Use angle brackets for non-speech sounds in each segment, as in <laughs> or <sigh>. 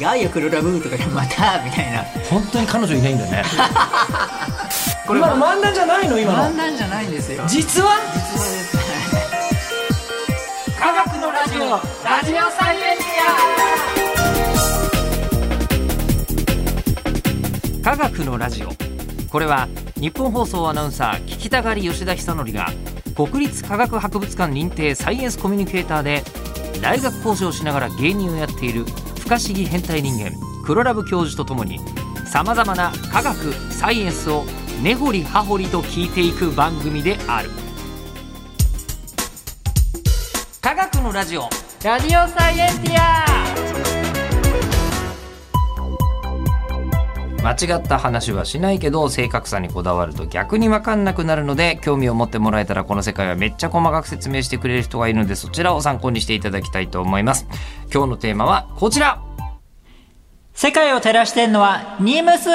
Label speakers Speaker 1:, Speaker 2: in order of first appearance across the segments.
Speaker 1: ダイヤ黒ラブーとかでまたみたいな
Speaker 2: 本当に彼女いないんだね
Speaker 1: <laughs> これ
Speaker 2: 今の漫談じゃないの今
Speaker 1: 漫
Speaker 2: の
Speaker 1: 談じゃないんですよ
Speaker 2: 実は
Speaker 1: 実話です
Speaker 2: 科学のラジオ
Speaker 1: ラジオサイエンテ
Speaker 3: 科学のラジオこれは日本放送アナウンサー聞きたがり吉田久典が国立科学博物館認定サイエンスコミュニケーターで大学講師をしながら芸人をやっている不可思議変態人間黒ラブ教授とともにさまざまな科学サイエンスを根掘り葉掘りと聞いていく番組である科学のラジオ
Speaker 1: ィアラジオサイエンティア
Speaker 3: 間違った話はしないけど正確さにこだわると逆に分かんなくなるので興味を持ってもらえたらこの世界はめっちゃ細かく説明してくれる人がいるのでそちらを参考にしていただきたいと思います今日のテーマはこちら
Speaker 1: 世界を照らしてんのはニムス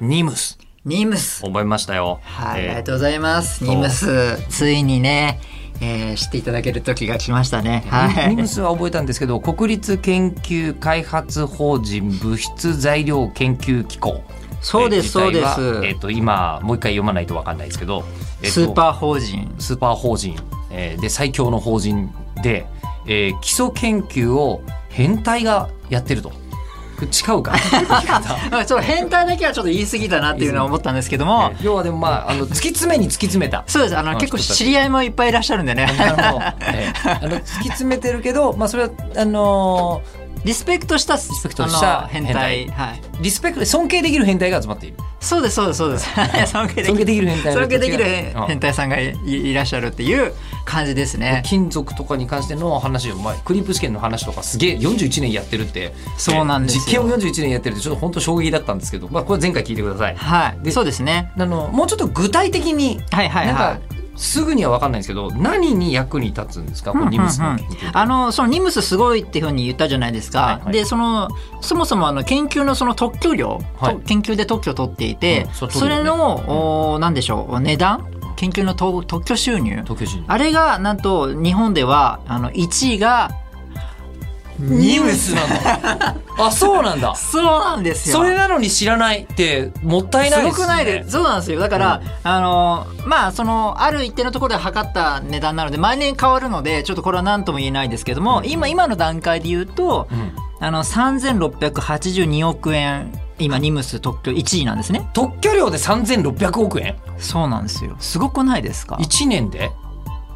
Speaker 3: ニムス
Speaker 1: ニムス
Speaker 3: 覚えましたよ
Speaker 1: はい、
Speaker 3: え
Speaker 1: あ
Speaker 3: ー
Speaker 1: りがとうございます。ニムス、ついにね、えー、知っていただける時が来ましたね。は
Speaker 3: ニ
Speaker 1: い
Speaker 3: ム。スは覚えたんですけど国立研究開発法人物質材料研究機構
Speaker 1: そうです、
Speaker 3: えー
Speaker 1: そうで
Speaker 3: 自体はえっ、
Speaker 1: す。
Speaker 3: と今もう一回読まないと分かんないですけど、え
Speaker 1: スー
Speaker 3: ーと
Speaker 1: パー法人。
Speaker 3: スーパー法人、えーで最強の法人で、えー基礎研究を変態がやってると。誓
Speaker 1: <laughs>
Speaker 3: うか
Speaker 1: あちょっと変態だけはちょっと言い過ぎだなっていうのは思ったんですけども、
Speaker 3: えー要はでもまああの突き詰めに突き詰めた。
Speaker 1: そうです。あの、
Speaker 3: あ
Speaker 1: 結構
Speaker 3: ちょっと
Speaker 1: 知り合いもいっぱいいらっしゃるんでね。
Speaker 3: あのえーあの突き詰めてるけど、まあ、それはあの
Speaker 1: リスペクトした、リ
Speaker 3: スペクトした
Speaker 1: 変態。はい。
Speaker 3: ーリスペクトで尊敬できる変態が集
Speaker 1: <laughs>
Speaker 3: まっている
Speaker 1: そうです、そうです、そうです。はい尊敬でき
Speaker 3: 尊敬
Speaker 1: る。
Speaker 3: できる変態の
Speaker 1: 尊
Speaker 3: 人た
Speaker 1: 敬で
Speaker 3: ち
Speaker 1: き
Speaker 3: が
Speaker 1: る変態さんがいいらっしゃるっていう感じです
Speaker 3: うん
Speaker 1: ね。
Speaker 3: 金属とかに関しての話を、まあ、クリープ試験の話とかすげえ41年やってるって
Speaker 1: そうなんですよ
Speaker 3: 実験を41年やってるってちょっと本当衝撃だったんですけど、まあ、これ前回聞いてください。
Speaker 1: は
Speaker 3: で
Speaker 1: い。そうですね。
Speaker 3: あのもうちょっと具体的に、
Speaker 1: はいはいはい。
Speaker 3: なんかすぐには分かんないんですけど何に役に立つんですか、このニムスの研究って
Speaker 1: あのそのニムスすごいっていうふうに言ったじゃないですか、
Speaker 3: はいはい
Speaker 1: でそのそもそもあの研究のその特許料、
Speaker 3: はい
Speaker 1: と研究で特許を取っていて、
Speaker 3: うんそ
Speaker 1: そう
Speaker 3: 取る
Speaker 1: れ
Speaker 3: よね
Speaker 1: の、おーなんでしょう値段研究のと特許収入
Speaker 3: 東京人
Speaker 1: あれがなんと日本ではあの1位が
Speaker 3: ニムスなんだ <laughs> あそうなんだ
Speaker 1: そうなんですよ
Speaker 3: それなのに知らないってもったいない
Speaker 1: す
Speaker 3: で
Speaker 1: ご
Speaker 3: す、ね、
Speaker 1: くないですそうなんですよだから、あのまあそのある一定のところで測った値段なので毎年変わるのでちょっとこれは何とも言えないですけども、今今の段階で言うと、
Speaker 3: うん
Speaker 1: あの3682億円今ニムス特許1位なんですね
Speaker 3: 特許料で3600億円
Speaker 1: そうなんですよすごくないですか
Speaker 3: 1年で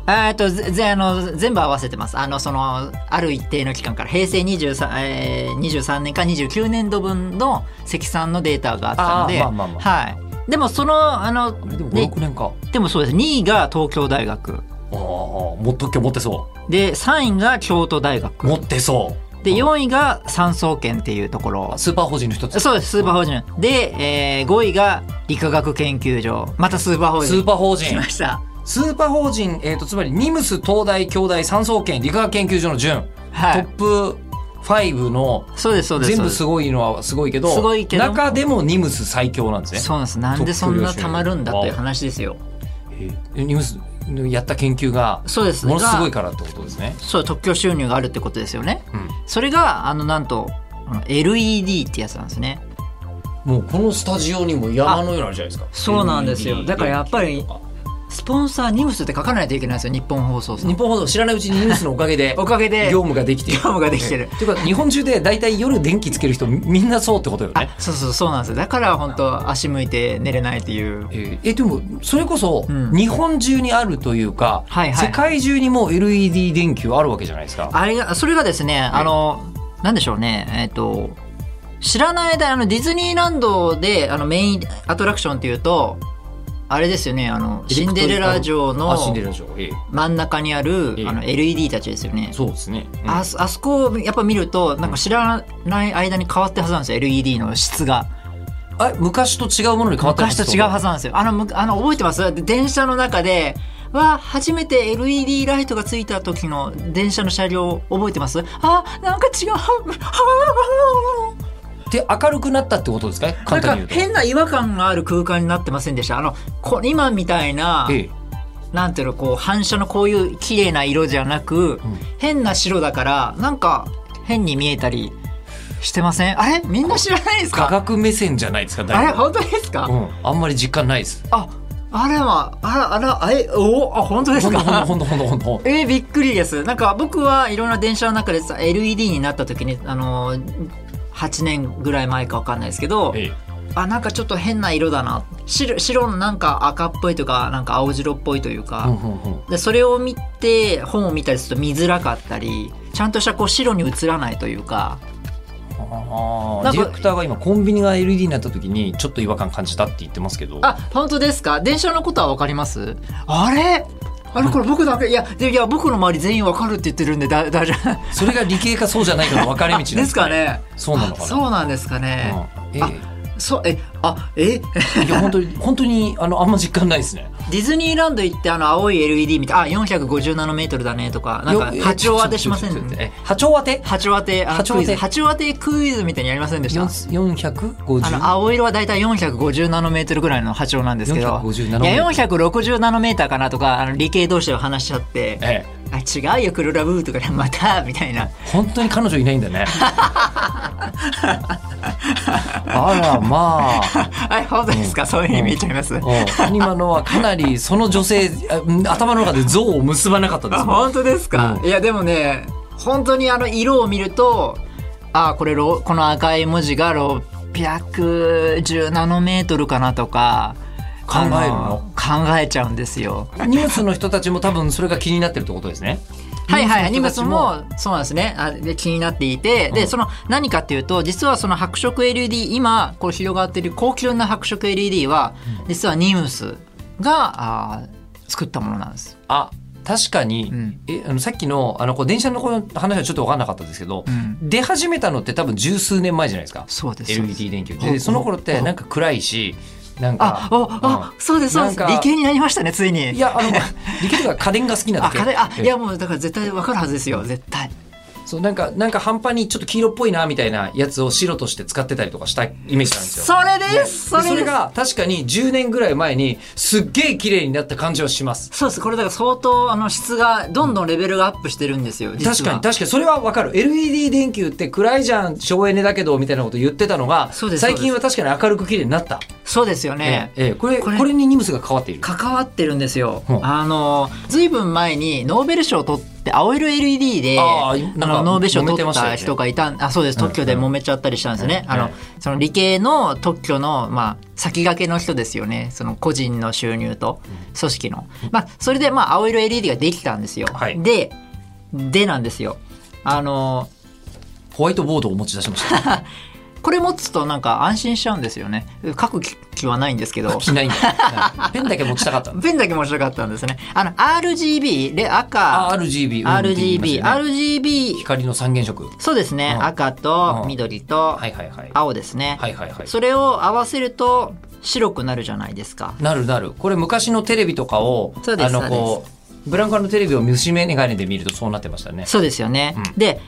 Speaker 1: えっとぜぜあの全部合わせてますあのそのある一定の期間から平成 23,、えー、23年から29年度分の積算のデータがあったので
Speaker 3: あーまあまあま
Speaker 1: はいでもそのあの
Speaker 3: あれでも
Speaker 1: で
Speaker 3: 56年か
Speaker 1: でもそうです2位が東京大学
Speaker 3: ああもっと特許持ってそ
Speaker 1: で3位が京都大
Speaker 3: う
Speaker 1: 学
Speaker 3: 持ってそ
Speaker 1: で4位が三総研っていうところ
Speaker 3: うスーパー法人の一つ
Speaker 1: そうです、スーパー法人。で、えー、5位が理化学研究所。またスーパー法人。
Speaker 3: スーパー法
Speaker 1: 来
Speaker 3: 人
Speaker 1: ました。
Speaker 3: スーパー法人、えー、とつまりニムス東大京大三総研理化学研究所の順
Speaker 1: はい
Speaker 3: トップ5の
Speaker 1: そうです、そうです。
Speaker 3: 全部
Speaker 1: そ
Speaker 3: すごいのはすごいけど
Speaker 1: すごいけど
Speaker 3: 中でもニムス最強なんです
Speaker 1: う
Speaker 3: ね
Speaker 1: ですそうなんです。なんでそんなたまるんだっていう話ですよ。
Speaker 3: えニムスのやった研究が
Speaker 1: そうです。
Speaker 3: ものすごい
Speaker 1: が
Speaker 3: からってことですね、
Speaker 1: そう、特許収入があるってことですよね。
Speaker 3: うん
Speaker 1: それが、あの、なんと、あの LED ってやつなんですね。
Speaker 3: もうこのスタジオにも山のようにあるじゃないですか
Speaker 1: そうなんですよ
Speaker 3: LED
Speaker 1: だからやっぱり
Speaker 3: とか
Speaker 1: スポンサーニムスって書かないといけないんですよ、日本放送さん
Speaker 3: 日本ほど知らないうちにニムスのおかげ <laughs> で
Speaker 1: おかげで、
Speaker 3: 業務ができている
Speaker 1: 業務がで <laughs> きてる
Speaker 3: えていうか日本中で大体夜電気つける人みんなそうってことよね
Speaker 1: あ、そうそう、そうなんですよ。だから本当足向いて寝れないっていう。
Speaker 3: えーえでもそれこそ
Speaker 1: うん
Speaker 3: 日本中にあるというか、
Speaker 1: はいはい
Speaker 3: 世界中にもう LED 電球あるわけじゃないですか。
Speaker 1: あれが、それがですね、あの、なんでしょうね、えっ、と、知らない間、あの、ディズニーランドで、あの、メインアトラクションっていうと、あれですよね、あの、シンデレラ城の
Speaker 3: あシンデレラ城、ええ
Speaker 1: 真ん中にある
Speaker 3: ええ、
Speaker 1: あの、LED たちですよね。
Speaker 3: そうですね。うん
Speaker 1: あそあそこをやっぱ見ると、なんか知らない間に変わってるはずなんですよ、LED の質が。
Speaker 3: あ昔と違うものに変わったんで
Speaker 1: 昔
Speaker 3: す
Speaker 1: と
Speaker 3: か
Speaker 1: 違うはずなんですよ。あの、むあの覚えてます電車の中で、わあ、初めて LED ライトがついた時の電車の車両覚えてますあ、なんか違う。
Speaker 3: で明るくなったってことですか簡単
Speaker 1: な
Speaker 3: に
Speaker 1: んか
Speaker 3: 言う
Speaker 1: 変な違和感がある空間になってませんでした。あの、こ今みたいな
Speaker 3: と。ええ
Speaker 1: なんていうのこう反射のこういう綺麗な色じゃなく、
Speaker 4: ん
Speaker 1: 変な白だからなんか変に見えたりしてませんあれみんな知らないです
Speaker 3: 科
Speaker 1: か
Speaker 3: 学目線じゃないですか
Speaker 1: あれ
Speaker 3: 大体
Speaker 1: 本当ですか、
Speaker 3: うんあんまり実感ないです
Speaker 1: ああれはあらあらあえおあ本当です
Speaker 3: ほん
Speaker 1: か
Speaker 3: と <laughs> ほんとほんとほんとほんと
Speaker 1: えー、びっくりですなんか僕はいろんな電車の中でさ LED になった時にあのー8年ぐらい前か分かんないですけど、
Speaker 3: ええ
Speaker 1: あなんかちょっと変な色だな白白のなんか赤っぽいとかなんか青白っぽいという
Speaker 3: うん
Speaker 1: か、
Speaker 3: うんうん
Speaker 1: でそれを見て本を見たりすると見づらかったりちゃんとしたこう白に映らないというか
Speaker 3: あ
Speaker 1: なん
Speaker 3: ーデ
Speaker 1: か
Speaker 3: ィレクターが今コンビニが LED になった時にちょっと違和感感じたって言ってますけど
Speaker 1: あ本当ですか電車のことは分かりますあれあれこれ僕だけいやでいや僕の周り全員分かるって言ってるんでだ大丈夫
Speaker 3: それが理系かそうじゃないかの分かれ道なん
Speaker 1: ですかね
Speaker 3: そうなのか
Speaker 1: あ
Speaker 3: な
Speaker 1: そうなんですかね、
Speaker 3: うんえ
Speaker 1: そうえあえデ
Speaker 3: えいや本当に本当にあのあんま実感ないですね
Speaker 1: ィズニーランド行ってあの青い LED 見てあ450ナノメートルだねとかなんか
Speaker 3: よえ
Speaker 1: 波長当てしませ
Speaker 3: ちょっと
Speaker 1: ん
Speaker 3: ちょっとちょっとえ波長当て
Speaker 1: 波長当てあ
Speaker 3: 波長当
Speaker 1: クイズ
Speaker 3: て
Speaker 1: 波長当てクイズみたいにやりませんでしたあの
Speaker 3: ?450?
Speaker 1: 青色はだいたい450ナノメートルぐらいの波長なんですけど
Speaker 3: 450
Speaker 1: い
Speaker 3: ナノメー
Speaker 1: や
Speaker 3: トル
Speaker 1: 460ナノメーターかなとかあの理系同士で話しちゃって
Speaker 3: え
Speaker 1: 「
Speaker 3: え
Speaker 1: あ違うよ黒ラブー」とかで「また」 <laughs> みたいな
Speaker 3: 本当に彼女いないんだ <laughs> ねあらまあ
Speaker 1: 「あれ本当ですか、そういう意味言っちゃいます」
Speaker 3: うん今のはかなりその女性あうん頭の中で像を結ばなかったです
Speaker 1: あ
Speaker 3: もん
Speaker 1: 本当ですか、
Speaker 3: うん
Speaker 1: いやでもね本当にあの色を見るとあこれロこの赤い文字が610ナノメートルかなとか
Speaker 3: 考えるの
Speaker 1: あの考えちゃうんですよ。
Speaker 3: <laughs> ニュースの人たちも多分それが気になってるってことですね
Speaker 1: はいはい、荷
Speaker 3: ニュー
Speaker 1: 物
Speaker 3: スの
Speaker 1: もそうなんですねあで気になっていて、でその何かっていうと実はその白色 LED 今こう広がってる高級な白色 LED は、実はニムスがあー作ったものなんです。
Speaker 3: あ確かに、
Speaker 1: ん
Speaker 3: えあのさっきのあのこう電車のこの話はちょっと分かんなかったですけど、
Speaker 1: ん
Speaker 3: 出始めたのって多分十数年前じゃないですか
Speaker 1: そうですそうです
Speaker 3: LED 電球
Speaker 1: うんう
Speaker 3: で
Speaker 1: ん
Speaker 3: その頃ってなんか暗いしなん
Speaker 1: あ
Speaker 3: か、
Speaker 1: お、あ、そうです、そうです。
Speaker 3: なんか
Speaker 1: 理系になりましたね、ついに。
Speaker 3: いやあ <laughs> の理系とか家電が好きなだ
Speaker 1: あ、
Speaker 3: け
Speaker 1: 彼、あ、い
Speaker 3: え
Speaker 1: や、もう、だから、絶対わかるはずですよ、絶対。
Speaker 3: そうなんかなんか半端にちょっと黄色っぽいなみたいなやつを白として使ってたりとかしたイメージなんですよ
Speaker 1: それです。そ
Speaker 3: でそ
Speaker 1: れ
Speaker 3: れ
Speaker 1: が。
Speaker 3: が確かに10年ぐらい前にすっげえ綺麗になった感じはします
Speaker 1: そうです、これだから、相当、あの、質が、どんどんレベルがアップしてるんですよ。
Speaker 3: 確
Speaker 1: 実
Speaker 3: か
Speaker 1: は
Speaker 3: に確かにそれはわかる LED 電球って暗いじゃん省エネだけどみたいなこと言ってたのが
Speaker 1: そうです
Speaker 3: 最近は確かに明るく綺麗になった、
Speaker 1: そうですよね。
Speaker 3: ええこれ
Speaker 1: こ
Speaker 3: こ
Speaker 1: れ
Speaker 3: れにニムスが関わっている
Speaker 1: 関わってるんですよ
Speaker 3: ほう。
Speaker 1: あの、ずいぶん前に、ノーベル賞を取って、青色 LED で、
Speaker 3: あ
Speaker 1: あ
Speaker 3: ーなんか
Speaker 1: の、ノーベル賞を
Speaker 3: 揉め
Speaker 1: 取
Speaker 3: て
Speaker 1: っ
Speaker 3: ましたよ
Speaker 1: た
Speaker 3: ね
Speaker 1: 人がいたん、あ、そうです、特許で揉めちゃったりしたんですね。
Speaker 3: うん
Speaker 1: あ
Speaker 3: う
Speaker 1: の
Speaker 3: ん、
Speaker 1: その理系の特許の、まあ、先駆けの人ですよね。その個人の収入と、組織の。まあ、それで、まあ、青色 LED ができたんですよ。
Speaker 3: はい
Speaker 1: で、でなんですよ。あの、
Speaker 3: ホワイトボードを持ち出し
Speaker 1: <laughs>
Speaker 3: ました
Speaker 1: これ持つとなんか安心しちゃうんですよね。書く気はないんですけど。 <laughs>
Speaker 3: 着ないんだはいペンだけ持ちたかったの
Speaker 1: ペンだけ面白かったんですね。あの、RGB、で赤、
Speaker 3: RGB うんって言います
Speaker 1: RGB、
Speaker 3: よね
Speaker 1: RGB、
Speaker 3: 光の三原色
Speaker 1: そうですね、
Speaker 3: うん
Speaker 1: 赤と
Speaker 3: うん
Speaker 1: 緑と
Speaker 3: はいはいはい
Speaker 1: 青ですね、
Speaker 3: はいはいはい
Speaker 1: それを合わせると白くなるじゃないですか。
Speaker 3: なるなるこれ昔のテレビとかを
Speaker 1: そうです
Speaker 3: あのこうブランカのテレビを虫眼鏡で見るとそうなってましたね
Speaker 1: そうですよね。
Speaker 3: うん
Speaker 1: で、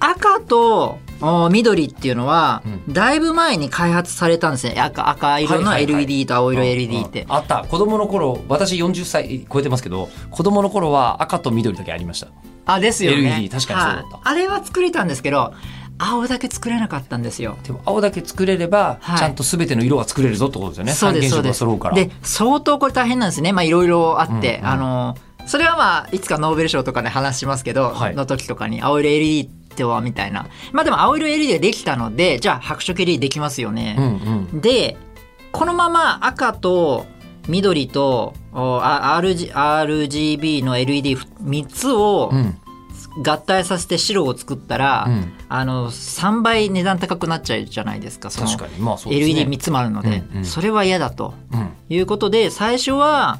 Speaker 1: 赤とお緑っていうのは、
Speaker 3: う
Speaker 1: だいぶ前に開発されたんですね。赤、赤色の
Speaker 3: はいはいはい
Speaker 1: LED と青色 LED って。
Speaker 3: うんうんあった子供の頃私40歳超えてますけど子供の頃は赤と緑だけありました
Speaker 1: あ、ですよね。
Speaker 3: LED 確かにそうだった
Speaker 1: はいあれは作れたんですけど、青だけ作れなかったんですよ。
Speaker 3: でも青だけ作れれば、
Speaker 1: はい
Speaker 3: ちゃんと全ての色が作れるぞってことですよね
Speaker 1: そう
Speaker 3: 三
Speaker 1: で
Speaker 3: 原
Speaker 1: すそう
Speaker 3: 色
Speaker 1: で
Speaker 3: が
Speaker 1: す
Speaker 3: 揃うから
Speaker 1: で相当これ大変なんですねまあいろいろあって、
Speaker 3: うんうん
Speaker 1: あのそれはまあいつかノーベル賞とかで話しますけど、
Speaker 3: はい
Speaker 1: の時とかに青色 LED とはみたいなまあでも青色 LED ができたのでじゃあ白色 LED できますよ
Speaker 3: うん
Speaker 1: ね、
Speaker 3: うん
Speaker 1: でこのまま赤と緑とおあ RG RGB の LED3 つを
Speaker 3: うん
Speaker 1: 合体させて白を作ったら、
Speaker 3: うん
Speaker 1: あの3倍値段高くなっちゃうじゃないですかその
Speaker 3: 確かにまあそうですね
Speaker 1: LED3 つもあるので、
Speaker 3: うんうん
Speaker 1: それは嫌だと。
Speaker 3: うん
Speaker 1: ということで最初は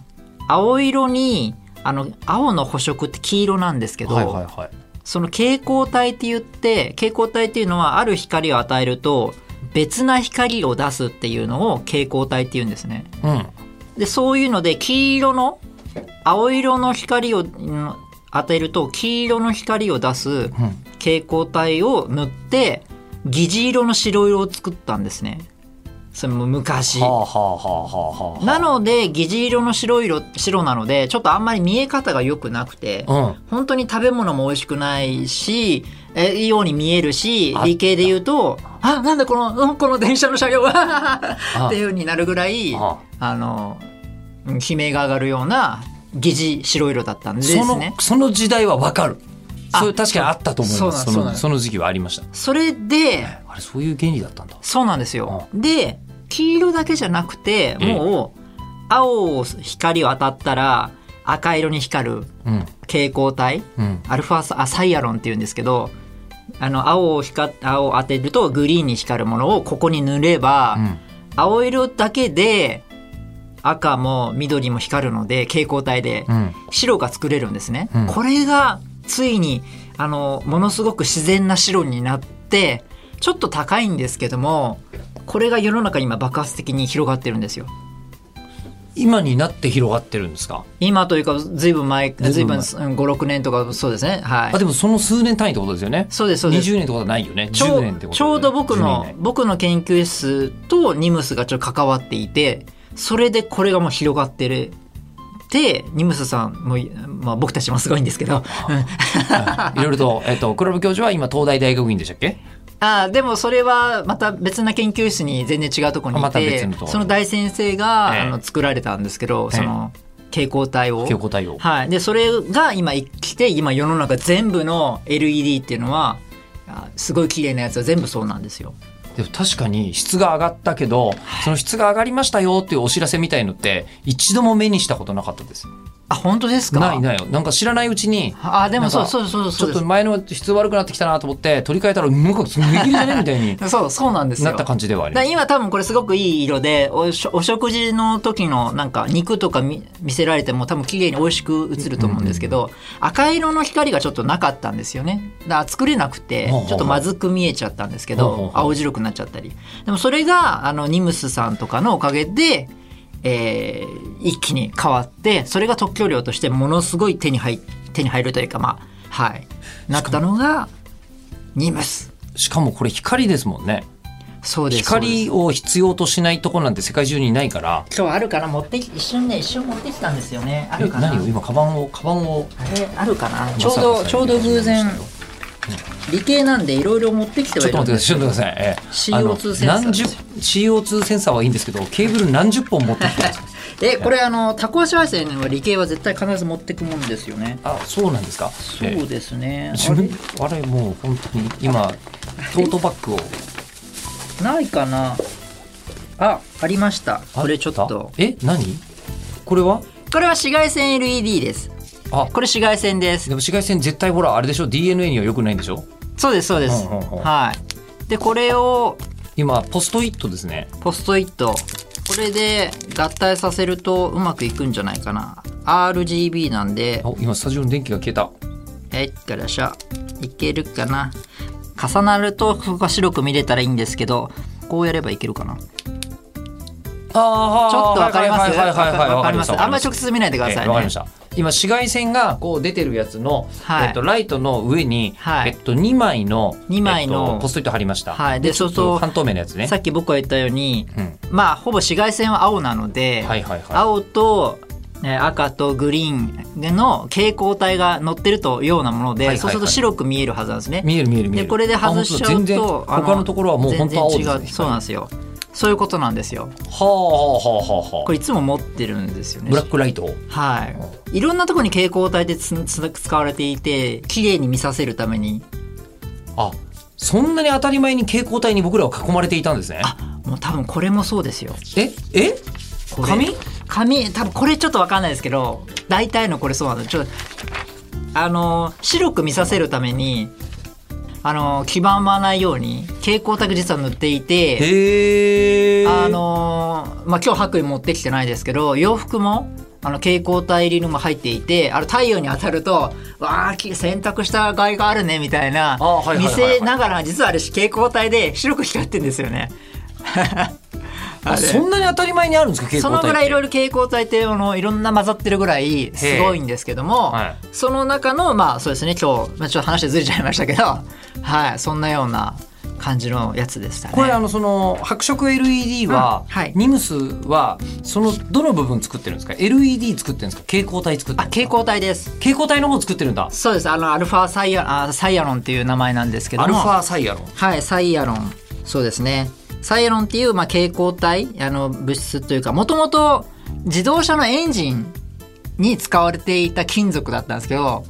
Speaker 1: 青色にあの青の補色って黄色なんですけど、
Speaker 3: はいはいはい
Speaker 1: その蛍光体って言って蛍光体っていうのはある光を与えると別な光を出すっていうのを蛍光体って言うんですね。
Speaker 3: うん
Speaker 1: でそういうので黄色の青色の光をうん与えると黄色の光を出す
Speaker 3: うん
Speaker 1: 蛍光体を塗って疑似色の白色を作ったんですね。それも昔
Speaker 3: はあはあはあはあはあ。
Speaker 1: なので疑似色の白色白なのでちょっとあんまり見え方が良くなくて
Speaker 3: うん。
Speaker 1: 本当に食べ物も美味しくないしえいいように見えるし
Speaker 3: あ
Speaker 1: 理系で言うとあなんだこのうんこの電車の車両は
Speaker 3: あ
Speaker 1: っていう風になるぐらいあ
Speaker 3: あ
Speaker 1: のうん悲鳴が上がるような疑似白色だったんです
Speaker 3: その
Speaker 1: ね。
Speaker 3: その時代はわかる。
Speaker 1: あ
Speaker 3: そう確かにあったと思い
Speaker 1: そう
Speaker 3: ま
Speaker 1: なん
Speaker 3: す。
Speaker 1: そ
Speaker 3: そう
Speaker 1: なん
Speaker 3: のその時期はありました。
Speaker 1: それで
Speaker 3: あれそういう原理だったんだ。
Speaker 1: そうなんですよ。で黄色だけじゃなくてもう青を光を当たったら赤色に光る
Speaker 3: うん
Speaker 1: 蛍光体
Speaker 3: うん。
Speaker 1: アルファサあサイアロンっていうんですけどあの青を光っ青を当てるとグリーンに光るものをここに塗れば、
Speaker 3: うん
Speaker 1: 青色だけで赤も緑も光るので蛍光体で
Speaker 3: うん。
Speaker 1: 白が作れるんですね、
Speaker 3: うん
Speaker 1: これがついにあのものすごく自然な白になってちょっと高いんですけどもこれが世の中に今爆発的に広がってるんですよ
Speaker 3: 今になって広がってるんですか。
Speaker 1: 今というかずいぶん前ず
Speaker 3: ず
Speaker 1: い
Speaker 3: い
Speaker 1: ぶ
Speaker 3: ぶ
Speaker 1: ん
Speaker 3: ん前
Speaker 1: 56年とかそうですねはい
Speaker 3: あでもその数年単位ってことですよね。
Speaker 1: そうですそうです
Speaker 3: 20年ってことはないよね。
Speaker 1: ち
Speaker 3: 10
Speaker 1: ょ
Speaker 3: 年ってことだよ
Speaker 1: うちょ
Speaker 3: ね
Speaker 1: うど僕
Speaker 3: 10
Speaker 1: の
Speaker 3: 年
Speaker 1: 僕の研究室とニムスがちょっと関わっていてそれでこれがもう広がってるでニムスさんも、まあ、僕たちもすごいんですけど
Speaker 3: 以内いろいろとえっと黒部教授は今東大大学院でしたっけ？
Speaker 1: <laughs> あーでもそれはまた別な研究室に全然違うところにい
Speaker 3: また
Speaker 1: て、
Speaker 3: 別のところ
Speaker 1: その大先生が、
Speaker 3: ええ
Speaker 1: あの作られたんですけど
Speaker 3: ええ
Speaker 1: その蛍光体を。
Speaker 3: 教皇対応。
Speaker 1: はい、でそれが今生きて今世の中全部の LED っていうのはあすごい綺麗なやつは全部そうなんですよ。
Speaker 3: でも確かに質が上がったけど、その質が上がりましたよっていうお知らせみたいのって一度も目にしたことなかったです。
Speaker 1: あ本当ですか
Speaker 3: ないないよ。なんか知らないうちに。
Speaker 1: あでもそう
Speaker 3: なんか
Speaker 1: そうそう
Speaker 3: ち
Speaker 1: そ
Speaker 3: ょ
Speaker 1: う
Speaker 3: っ
Speaker 1: で
Speaker 3: と前の質悪くなってきたなと思って取り替えたらなんかすめ切れじゃねみたいに
Speaker 1: すそうそうなんですよ
Speaker 3: なった感じではあり
Speaker 1: だか
Speaker 3: ま
Speaker 1: ら
Speaker 3: す。
Speaker 1: 今多分これすごくいい色でおしょお食事の時のなんか肉とか見見せられても多分綺麗に美味しく映ると思うんですけど、赤色の光がちょっとなかったんですよねだから作れなくて
Speaker 3: ほうほうほう
Speaker 1: ちょっとまずく見えちゃったんですけ
Speaker 3: ほうほ
Speaker 1: ど
Speaker 3: うほう
Speaker 1: 青白くなっちゃったりでもそれがあのニムスさんとかのおかげで、えー一気に変わってそれが特許料としてものすごい手に入手に入るというかまあはいなったのがニムス
Speaker 3: しかもこれ光ですもんね。
Speaker 1: そうですそうです
Speaker 3: 光を必要としないとこなんて世界中にないから。
Speaker 1: 今日あるかな持ってき一瞬ね一瞬持ってきたんですよねあ
Speaker 3: え
Speaker 1: るかなあ
Speaker 3: 何を今カバンをカバンを
Speaker 1: れあるかなちょ
Speaker 3: ま
Speaker 1: う
Speaker 3: さ
Speaker 1: ど
Speaker 3: か
Speaker 1: ちょうど偶然
Speaker 3: ちょ
Speaker 1: 理系なんでいろいろ持ってきてはい
Speaker 3: っと
Speaker 1: るん
Speaker 3: 待っ
Speaker 1: で
Speaker 3: て
Speaker 1: す
Speaker 3: ちょ
Speaker 1: け
Speaker 3: っと
Speaker 1: ど
Speaker 3: 待ってください。ええあの
Speaker 1: CO2 センサー
Speaker 3: 何十 CO2 センサーはいいんですけどケーブル何十本持ってきてます。
Speaker 1: えこれあのタコ足配線は理系は絶対必ず持ってくもんですよね
Speaker 3: あそうなんですか。
Speaker 1: そ
Speaker 3: ええ
Speaker 1: うですね
Speaker 3: 自
Speaker 1: あれ
Speaker 3: 分あれもう本当に今トートバッグを
Speaker 1: ないかなあありましたこれちょっと
Speaker 3: え何これは
Speaker 1: これは紫外線 LED です
Speaker 3: あ
Speaker 1: これ紫外線です
Speaker 3: でも紫外線絶対ほらあれでしょ DNA には良くないんでしょ
Speaker 1: そうですそうです
Speaker 3: うんうんうん
Speaker 1: はいでこれを
Speaker 3: 今ポストイットですね
Speaker 1: ポストイットこれで合体させるとうまくいくんじゃないかな RGB なんで
Speaker 3: あ今スタジオの電気が消えた
Speaker 1: えいっからしゃいけるかな重なるとここが白く見れたらいいんですけどこうやればいけるかなち
Speaker 3: あ
Speaker 1: ょっとわかります
Speaker 3: はいはいはいはい
Speaker 1: わかりま
Speaker 3: わ
Speaker 1: すあんまり直接見ないでくだ
Speaker 3: え
Speaker 1: さい
Speaker 3: えわか
Speaker 1: ね
Speaker 3: りました今紫外線がこう出てるやつの、
Speaker 1: はい
Speaker 3: えっと、ライトの上に、
Speaker 1: はい
Speaker 3: えっと、2枚の
Speaker 1: 二枚の
Speaker 3: えっとポストイット貼りました、
Speaker 1: はいでそうする
Speaker 3: そう
Speaker 1: と
Speaker 3: 半透明のやつね
Speaker 1: さっき僕が言ったように
Speaker 3: うん
Speaker 1: まあほぼ紫外線は青なので、
Speaker 3: はいはいはい
Speaker 1: 青とえー赤とグリーンの蛍光体が乗ってるとようなもので、
Speaker 3: はいはいはい
Speaker 1: そうすると白く見えるはずなんですね。
Speaker 3: 見える見える見
Speaker 1: で
Speaker 3: える
Speaker 1: これで外しちゃ
Speaker 3: あ
Speaker 1: う
Speaker 3: 本当だ全然
Speaker 1: とあ
Speaker 3: 他のところはもう本当青です、ね、
Speaker 1: 全然違うそうなんですよそういうことなんですよ
Speaker 3: はあはあはあはあは
Speaker 1: これいつも持ってるんですよ
Speaker 3: あ
Speaker 1: ね
Speaker 3: ブラックライトを
Speaker 1: はいいろんなとこに蛍光体でつつ使われていて綺麗に見させるために
Speaker 3: あそんなに当たり前に蛍光体に僕らは囲まれていたんですね
Speaker 1: もう多分これもそうですよ
Speaker 3: ええ
Speaker 1: これ
Speaker 3: 紙
Speaker 1: 紙多分これちょっとわかんないですけど大体のこれそうなんですちょっとあの白く見させるためにあの黄ばまないように蛍光体実は塗っていて
Speaker 3: へえ
Speaker 1: あのーまあ、今日白衣持ってきてないですけど洋服もあの蛍光体入りのも入っていてあの太陽に当たるとわあき洗濯した甲斐があるねみたいな
Speaker 3: あはいはいはい
Speaker 1: 見
Speaker 3: はい
Speaker 1: せながら実はあれ蛍光体で白く光ってんですよね。あ
Speaker 3: <laughs> あ
Speaker 1: れ
Speaker 3: そんなに当たり前にあるんですか蛍
Speaker 1: そ
Speaker 3: 光
Speaker 1: の
Speaker 3: 体
Speaker 1: ぐらいいろい
Speaker 3: ろ
Speaker 1: ろ蛍光体っていうものいろんな混ざってるぐらいすごいんですけども、
Speaker 3: はい
Speaker 1: その中のまあそうですね今日、まあ、ちょっと話ずれちゃいましたけどはいそんなような感じのやつでしたね。
Speaker 3: これあのその白色 LED は、
Speaker 1: うんはい
Speaker 3: ニムスはそのどの部分作ってるんですか LED 作ってるんですか蛍光体作って
Speaker 1: あ
Speaker 3: るんです
Speaker 1: 蛍
Speaker 3: か
Speaker 1: 光体です。
Speaker 3: 蛍光体の方作ってるんだ
Speaker 1: そうです。あのアルファサイヤあサイヤロンっていう名前なんですけど
Speaker 3: ア
Speaker 1: も。
Speaker 3: ルファサイヤロン
Speaker 1: はい、サイヤロン。そうですね。サイヤロンっていう、まあ、蛍光体、あの、物質というか、もともと自動車のエンジンに使われていた金属だったんですけど、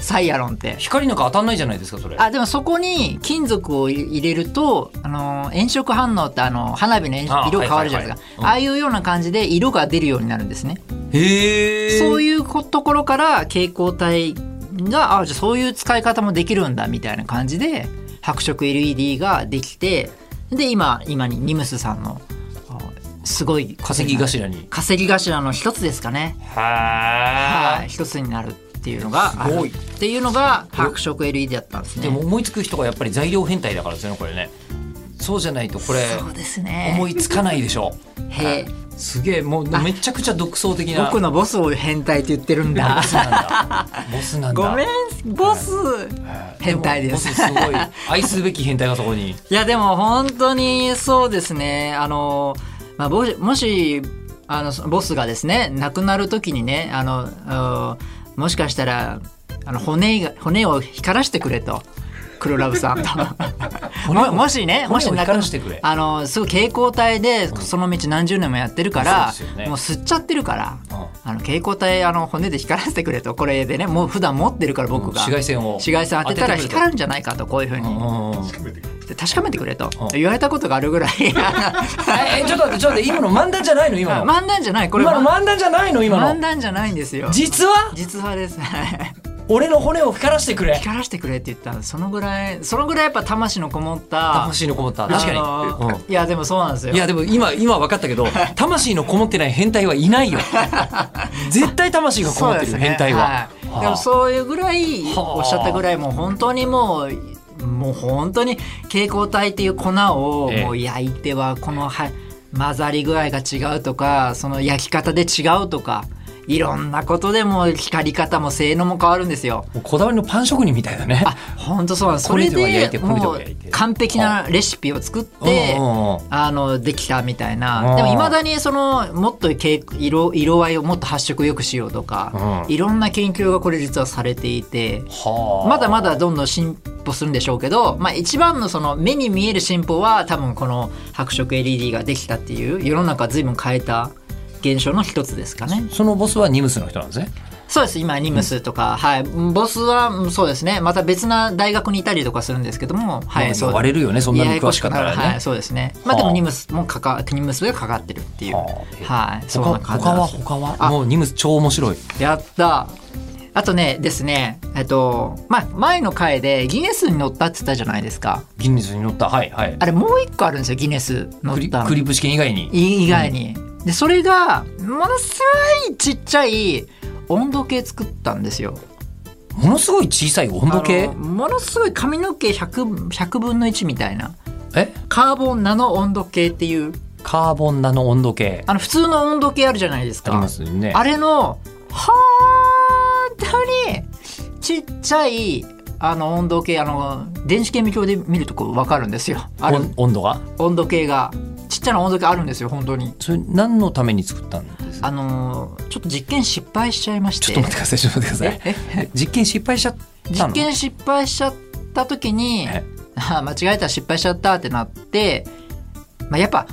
Speaker 1: サイヤロンって。
Speaker 3: 光なんか当たんないじゃないですかそれ
Speaker 1: あ、でもそこに金属を入れると、あの、炎色反応って、あの、花火の炎
Speaker 3: あ
Speaker 1: 色変わるじゃないですか。ああいうような感じで色が出るようになるんですね。
Speaker 3: へえ
Speaker 1: そういうこところから蛍光体があじゃあそういう使い方もできるんだみたいな感じで白色 LED ができてで今今にニムスさんのあすごい
Speaker 3: 化石頭に
Speaker 1: 稼ぎ頭の一つですかね
Speaker 3: は
Speaker 1: はい一つになるっていうのがあ
Speaker 3: すご
Speaker 1: る
Speaker 3: い
Speaker 1: っていうのが白色 LED だったんです
Speaker 3: い
Speaker 1: ね
Speaker 3: でも思いつく人がやっぱり材料変態だからですよねこれねそうじゃないとこれ
Speaker 1: そうですね
Speaker 3: 思いつかないでしょ
Speaker 1: へえ
Speaker 3: すげえもうめちゃくちゃ独創的な
Speaker 1: 僕のボスを変態って言ってるん
Speaker 3: <laughs> ボ
Speaker 1: だ
Speaker 3: スなんだボスな
Speaker 1: <laughs>
Speaker 3: んだ
Speaker 1: ごめ
Speaker 3: へ
Speaker 1: んボス
Speaker 3: え
Speaker 1: 変態です
Speaker 3: もボスすごい愛すべき変態がそこ
Speaker 1: <laughs>
Speaker 3: に
Speaker 1: いやでも本当にそうですねあの、まあ、もしもしあのそボスがですね亡くなる時にねあのあーもしかしたらあの骨が骨を光らしてくれと黒ラブさんと
Speaker 3: 骨を
Speaker 1: ももしねもし
Speaker 3: 骨
Speaker 1: 亡
Speaker 3: を
Speaker 1: く
Speaker 3: 光
Speaker 1: な
Speaker 3: らしてくれ
Speaker 1: あのすごい蛍光体でその道何十年もやってるから、
Speaker 3: そうですよね
Speaker 1: もう吸っちゃってるから。
Speaker 3: うん
Speaker 1: あの蛍光体あの骨で光らせてくれとこれでねもう普段持ってるから僕が、
Speaker 3: 紫外線を
Speaker 1: 紫外線当てたら
Speaker 3: 当ててくれと
Speaker 1: 光るんじゃないかとこういうふうに、
Speaker 3: うんうんうん
Speaker 1: で確かめてくれと
Speaker 3: うん
Speaker 1: 言われたことがあるぐらい
Speaker 3: ええちょっと待ってちょっと待って今の漫談じゃないの今の
Speaker 1: 漫談じゃないこれ
Speaker 3: 今の漫談じゃないの今
Speaker 1: 漫
Speaker 3: の
Speaker 1: 談じゃないんですよ
Speaker 3: 実は
Speaker 1: 実話です <laughs>
Speaker 3: 俺の骨を光らせてくれ
Speaker 1: 光らせてくれって言ったらそのぐらいそのぐらいやっぱ魂のこもった
Speaker 3: 魂のこもった確
Speaker 1: あの
Speaker 3: かに、
Speaker 1: いやでもそうなんです
Speaker 3: う
Speaker 1: よ
Speaker 3: んいやでも今今分かったけ
Speaker 1: <laughs>
Speaker 3: ど魂のこもってない変態はいないよ絶対魂がこもってるよ変態は、
Speaker 1: そうですね
Speaker 3: はあ
Speaker 1: い、でもそういうぐらい
Speaker 3: はあ
Speaker 1: おっしゃったぐらいもう本当にもうもう本当に蛍光体っていう粉を
Speaker 3: ええ
Speaker 1: もう焼いてはこのは混ざり具合が違うとかその焼き方で違うとかいろんなことでもう光り方も性能も変わるんですよ。
Speaker 3: もうこだわりのパン職人みたいだね
Speaker 1: あ本当そうなんですそ
Speaker 3: これ
Speaker 1: れ
Speaker 3: では焼い
Speaker 1: で
Speaker 3: て
Speaker 1: も
Speaker 3: こ
Speaker 1: う
Speaker 3: れでは焼いて
Speaker 1: 完璧なレシピを作っ
Speaker 3: うんうん
Speaker 1: て
Speaker 3: うん
Speaker 1: あのできたみたい
Speaker 3: うん
Speaker 1: なでもいまだにそのもっとけい色色合いをもっと発色よくしようとか、
Speaker 3: うん
Speaker 1: いろんな研究がこれ実はされていて
Speaker 3: はあ
Speaker 1: まだまだどんどん進歩するんでしょうけど、まあ、一番のその目に見える進歩は多分この白色 LED ができたっていう世の中を随分変えた現象の一つですかね。
Speaker 3: そのボスはニムスの人なんですね
Speaker 1: そうです今ニムスとか、はいボスはうんそうですねまた別な大学にいたりとかするんですけども、は
Speaker 3: まあ
Speaker 1: い、そう
Speaker 3: 割れるよねそんなに詳しかった
Speaker 1: や
Speaker 3: ら
Speaker 1: やこしくなるは
Speaker 3: ね
Speaker 1: い、そうですね。まあで
Speaker 3: は
Speaker 1: も
Speaker 3: あ
Speaker 1: ニムスもかかニムスがかかってるっていう。
Speaker 3: はあ
Speaker 1: はい。そ
Speaker 3: 他
Speaker 1: ん
Speaker 3: は
Speaker 1: な感じ
Speaker 3: 他
Speaker 1: なん
Speaker 3: は
Speaker 1: です
Speaker 3: 他は
Speaker 1: あ
Speaker 3: もうニムス超面白い
Speaker 1: やった。あとねですねえっとまあ前の回でギネスに乗ったって言ったじゃないですか。
Speaker 3: ギネスに乗ったはいはい
Speaker 1: あれもう一個あるんですよギネス乗
Speaker 3: ク
Speaker 1: っ
Speaker 3: リ
Speaker 1: た
Speaker 3: クリップ試験以外に
Speaker 1: い以外に。でそれがものすごいちっちゃい温度計作ったんですよ。
Speaker 3: ものすごい小さい温度計
Speaker 1: あのものすごい髪の毛 100, 100分の1みたいな
Speaker 3: え
Speaker 1: カーボンナノ温度計っていう
Speaker 3: カーボンナの温度計あ
Speaker 1: あの普通の温度計あるじゃないですか。
Speaker 3: りますよね
Speaker 1: あれの本当にちっちゃいあの温度計あの電子顕微鏡で見るとこう分かるんですよある
Speaker 3: 温温度が
Speaker 1: 温度計がちっちゃな温度計あるんですよ本当に
Speaker 3: それ何のために作ったんですか
Speaker 1: あのーちょっと実験失敗しちゃいまし
Speaker 3: ち
Speaker 1: て
Speaker 3: ょっと待ってくださいちょっと待
Speaker 1: <laughs>
Speaker 3: ってください実験失敗しちゃったの
Speaker 1: 実験失敗しちゃった時に
Speaker 3: え
Speaker 1: あ間違えた失敗しちゃったってなって、まあ、やっぱ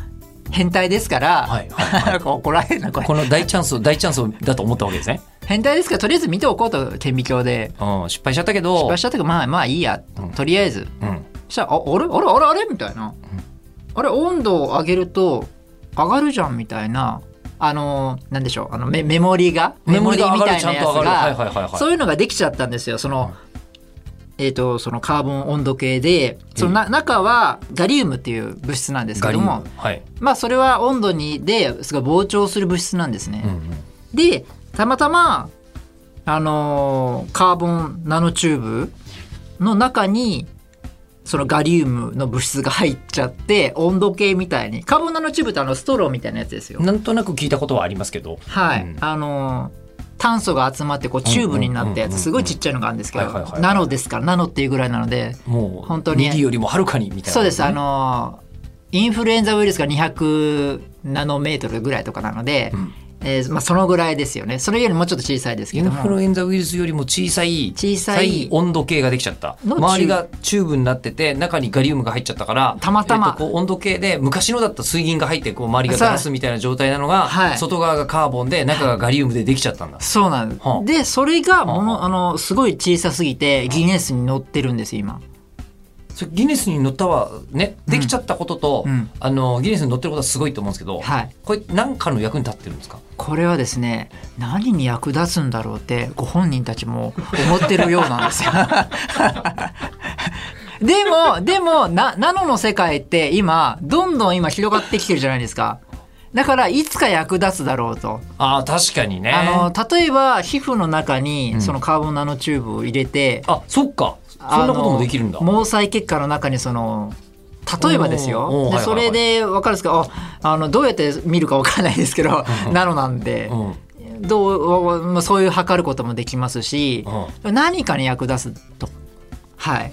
Speaker 1: 変態ですから、
Speaker 3: はいはいは
Speaker 1: 怒られる <laughs> なこれ
Speaker 3: この大チャンスを大チャンスをだと思ったわけですね、
Speaker 1: 変態ですからとりあえず見ておこうと顕微鏡で
Speaker 3: うん、失敗しちゃったけど
Speaker 1: 失敗しちゃったけどまあまあいいや、
Speaker 3: うん
Speaker 1: とりあえず
Speaker 3: うん、
Speaker 1: そしたら「ああれあれあれあれ?」みたいな「あれ温度を上げると上がるじゃん」みたいなあのーなんでしょうあのメメモリが
Speaker 3: メモリが上
Speaker 1: み
Speaker 3: が
Speaker 1: た
Speaker 3: る
Speaker 1: い
Speaker 3: ちゃ
Speaker 1: なんや
Speaker 3: と
Speaker 1: つ
Speaker 3: 上がるはい
Speaker 1: が
Speaker 3: はいはいはい
Speaker 1: そういうのができちゃったんですよその、えっとそのカーボン温度計でそのな中はガリウムっていう物質なんですけ
Speaker 3: ガリ
Speaker 1: ど
Speaker 3: ウム
Speaker 1: も
Speaker 3: はい、
Speaker 1: まあそれは温度にですごい膨張する物質なんですね。
Speaker 3: うんうん、
Speaker 1: でたまたまあのーカーボンナノチューブの中にそのガリウムの物質が入っちゃって温度計みたいにカーボンナノチューブってあのストローみたいなやつですよ
Speaker 3: なんとなく聞いたことはありますけど
Speaker 1: はい、
Speaker 3: うん
Speaker 1: あのー炭素が集まってこうチューブになったや
Speaker 3: うんうんうんうん
Speaker 1: つすごいちっちゃいのがあるんですけど、
Speaker 3: はいはいはいはい
Speaker 1: ナノですからナノっていうぐらいなので
Speaker 3: もう
Speaker 1: 本当に
Speaker 3: ミリよりもはるかにみたいな
Speaker 1: そうですあのインフルエンザウイルスが200ナノメートルぐらいとかなので、
Speaker 3: ん
Speaker 1: えーまあ、そのぐらいですよねそれよりもちょっと小さいですけ
Speaker 3: イ
Speaker 1: ど
Speaker 3: ンフ
Speaker 1: も
Speaker 3: ルエンザウイルスよりも小さい
Speaker 1: 小さい
Speaker 3: 温度計ができちゃった
Speaker 1: の中
Speaker 3: 周りがチューブになってて中にガリウムが入っちゃったから
Speaker 1: たまたま
Speaker 3: えっとこう温度計で昔のだった水銀が入ってこう周りがガラスみたいな状態なのが、
Speaker 1: はい
Speaker 3: 外側がカーボンで中がガリウムでできちゃったんだ、
Speaker 1: そうなんです、
Speaker 3: はあ
Speaker 1: でそれがもの、
Speaker 3: はあは
Speaker 1: あのすごい小さすぎてギネスに載ってるんですよ今
Speaker 3: それギネスに載ったはねできちゃったことと、
Speaker 1: うんうん
Speaker 3: あのギネスに載ってることはすごいと思うんですけど、
Speaker 1: はい
Speaker 3: これ何かの役に立ってるんですか
Speaker 1: これはですね何に役立つんだろうってご本人たちも思ってるようなんですよ。 <laughs> でもでもなナノの世界って今どんどん今広がってきてるじゃないですか。だからいつか役立つだろうと。
Speaker 3: ああ確かにね
Speaker 1: あの例えば皮膚の中に
Speaker 3: ん
Speaker 1: そのカーボンナノチューブを入れて、
Speaker 3: あそっかそん
Speaker 1: あ
Speaker 3: な
Speaker 1: の
Speaker 3: こともできるんだ
Speaker 1: 毛細血管の中にその例えばです
Speaker 3: おー
Speaker 1: よで
Speaker 3: おーはいは
Speaker 1: そ
Speaker 3: いはい
Speaker 1: れで分かるんですかああのどうやって見るか分かんないですけどナノ <laughs> なんで、
Speaker 3: うんうん
Speaker 1: どうまあそういう測ることもできますし、何かに役立つと。はい、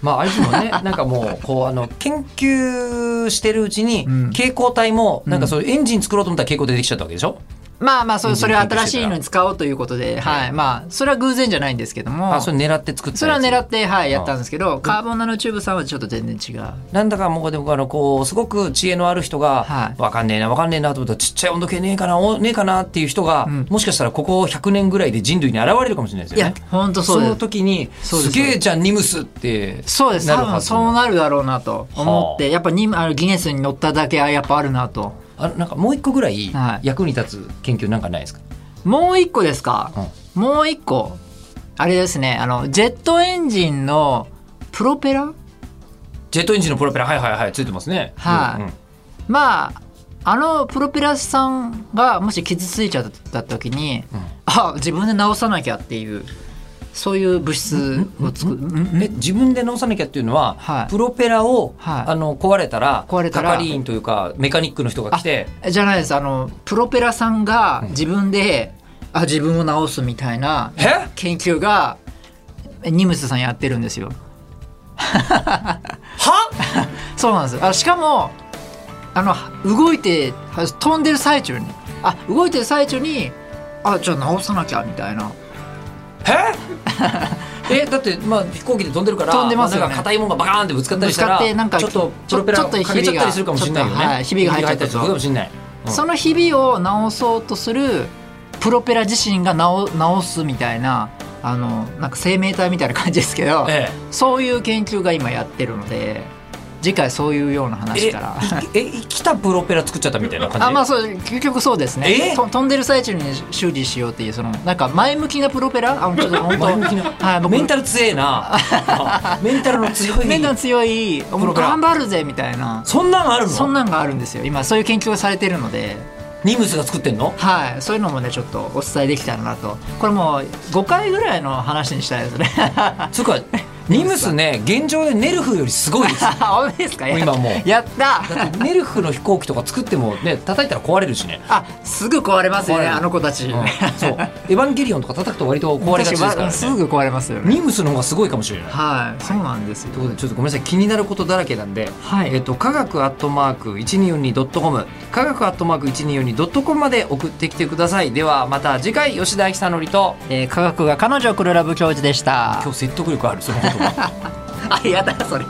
Speaker 3: まあ、あれでもね、 <laughs> なんかもう、こう、あの、研究してるうちに、
Speaker 1: ん
Speaker 3: 蛍光体も、なんかそういうエンジン作ろうと思ったら蛍光体できちゃったわけでしょ、
Speaker 1: まあまあそれ
Speaker 3: 人間
Speaker 1: それは
Speaker 3: 関係
Speaker 1: 新
Speaker 3: して
Speaker 1: しい
Speaker 3: たら
Speaker 1: のに使おうということで、はいまあ、それは偶然じゃないんですけども
Speaker 3: あ、それ狙って作ったやつ
Speaker 1: それは狙って、はい、やったんですけどカーボンナノチューブさんはちょっと全然違う。
Speaker 3: なんだかもう、でも、あの、こう、すごく知恵のある人が、
Speaker 1: はい
Speaker 3: わかんねえな、わかんねえなと思ったら、ちっちゃい温度計ねえかな、おねえかなっていう人が、
Speaker 1: ん
Speaker 3: もしかしたらここ100年ぐらいで人類に現れるかもしれないです
Speaker 1: い
Speaker 3: よ
Speaker 1: や
Speaker 3: ね。
Speaker 1: 本当そ
Speaker 3: そう
Speaker 1: で
Speaker 3: の
Speaker 1: す
Speaker 3: 時に、
Speaker 1: そうです
Speaker 3: すげえじゃん、ニムスって。
Speaker 1: そうです
Speaker 3: なる
Speaker 1: 多
Speaker 3: は
Speaker 1: 分
Speaker 3: ず
Speaker 1: そうなるだろうなと思って、やっぱにあのギネスに乗っただけはやっぱあるなと
Speaker 3: あの、なんかもう一個ぐらい
Speaker 1: は、い
Speaker 3: 役に立つ研究なんかないですか、
Speaker 1: もう一個ですか、もう一個あれですねあのジェットエンジンのプロペラ
Speaker 3: ジェットエンジンのプロペラ、はいはいはい、ついてますね。
Speaker 1: はい
Speaker 3: うんうん
Speaker 1: まああのプロペラさんがもし傷ついちゃった時に、あ自分で直さなきゃっていうそういう物質をつく、ん
Speaker 3: え自分で直さなきゃっていうのは、
Speaker 1: はい
Speaker 3: プロペラを、
Speaker 1: はい
Speaker 3: あの壊れたら
Speaker 1: 壊れたら
Speaker 3: 係員というかメカニックの人が来て
Speaker 1: じゃないですあのプロペラさんが自分で、あ自分を直すみたいな
Speaker 3: え
Speaker 1: 研究がニムスさんやってるんですよ
Speaker 3: は
Speaker 1: そうなんですあしかもあの動いては飛んでる最中にあ動いてる最中にあじゃあ直さなきゃみたいな
Speaker 3: ええだって、まあ、飛行機で飛んでるから
Speaker 1: 飛んでますよね
Speaker 3: なんか硬いものがバカーンってぶつかったりした
Speaker 1: ぶつ
Speaker 3: ら
Speaker 1: かってなんか
Speaker 3: ちょっとプロペラ
Speaker 1: ちょちょっとひびが
Speaker 3: かけちゃったりするかもしれないよ
Speaker 1: ちょっとは
Speaker 3: ね
Speaker 1: いひびが入っちゃった
Speaker 3: ひびが入ったりするかもしれない、うん
Speaker 1: そのひびを直そうとするプロペラ自身が直直すみたいなあのなんか生命体みたいな感じですけど、
Speaker 3: え
Speaker 1: そういう研究が今やってるので次回そういうような
Speaker 3: え
Speaker 1: 話
Speaker 3: え
Speaker 1: から。
Speaker 3: ええ生きたプロペラ作っちゃったみたいな感じ
Speaker 1: あまあそう究極そうです
Speaker 3: え
Speaker 1: ねと飛んでる最中に修理しようっていうそのなんか前向きなプロペラあの
Speaker 3: <laughs>
Speaker 1: ちょっと本当
Speaker 3: 前向きな
Speaker 1: はい、僕
Speaker 3: メンタル強
Speaker 1: <laughs>
Speaker 3: えなあメンタルの強い
Speaker 1: 面談強いも
Speaker 3: ロ
Speaker 1: う
Speaker 3: ペラ
Speaker 1: 頑張るぜみたいな
Speaker 3: そんなんあるの
Speaker 1: そんなんがあるんですよ今そういう研究がされてるので
Speaker 3: ニムスが作ってんの
Speaker 1: はいそういうのもねちょっとお伝えできたらなとこれもう5回ぐらいの話にしたいですね <laughs>
Speaker 3: つうかニムスね現状でネルフよりすごい <laughs> です
Speaker 1: あ本当ですかや
Speaker 3: 今もう
Speaker 1: やった
Speaker 3: だってネルフの飛行機とか作ってもね叩いたら壊れるしね、
Speaker 1: あすぐ壊れますよ
Speaker 3: 壊れ
Speaker 1: ね
Speaker 3: る
Speaker 1: あの子たち、
Speaker 3: うんそうエヴァンゲリオンとか叩くと割と壊れがちですか
Speaker 1: 確
Speaker 3: ら
Speaker 1: に
Speaker 3: ね
Speaker 1: すぐ壊れますよね
Speaker 3: ニムスの方がすごいかもしれない
Speaker 1: はいそうなんですよ
Speaker 3: ということでちょっとごめんなさい気になることだらけなんで、
Speaker 1: はい
Speaker 3: えっと科学アットマーク 1242.com 科学アットマーク 1242.com まで送ってきてくださいではまた次回吉田久典と
Speaker 1: えー科学が彼女をくるラブ教授でした
Speaker 3: 今日説得力あるその言葉
Speaker 1: あやだそれ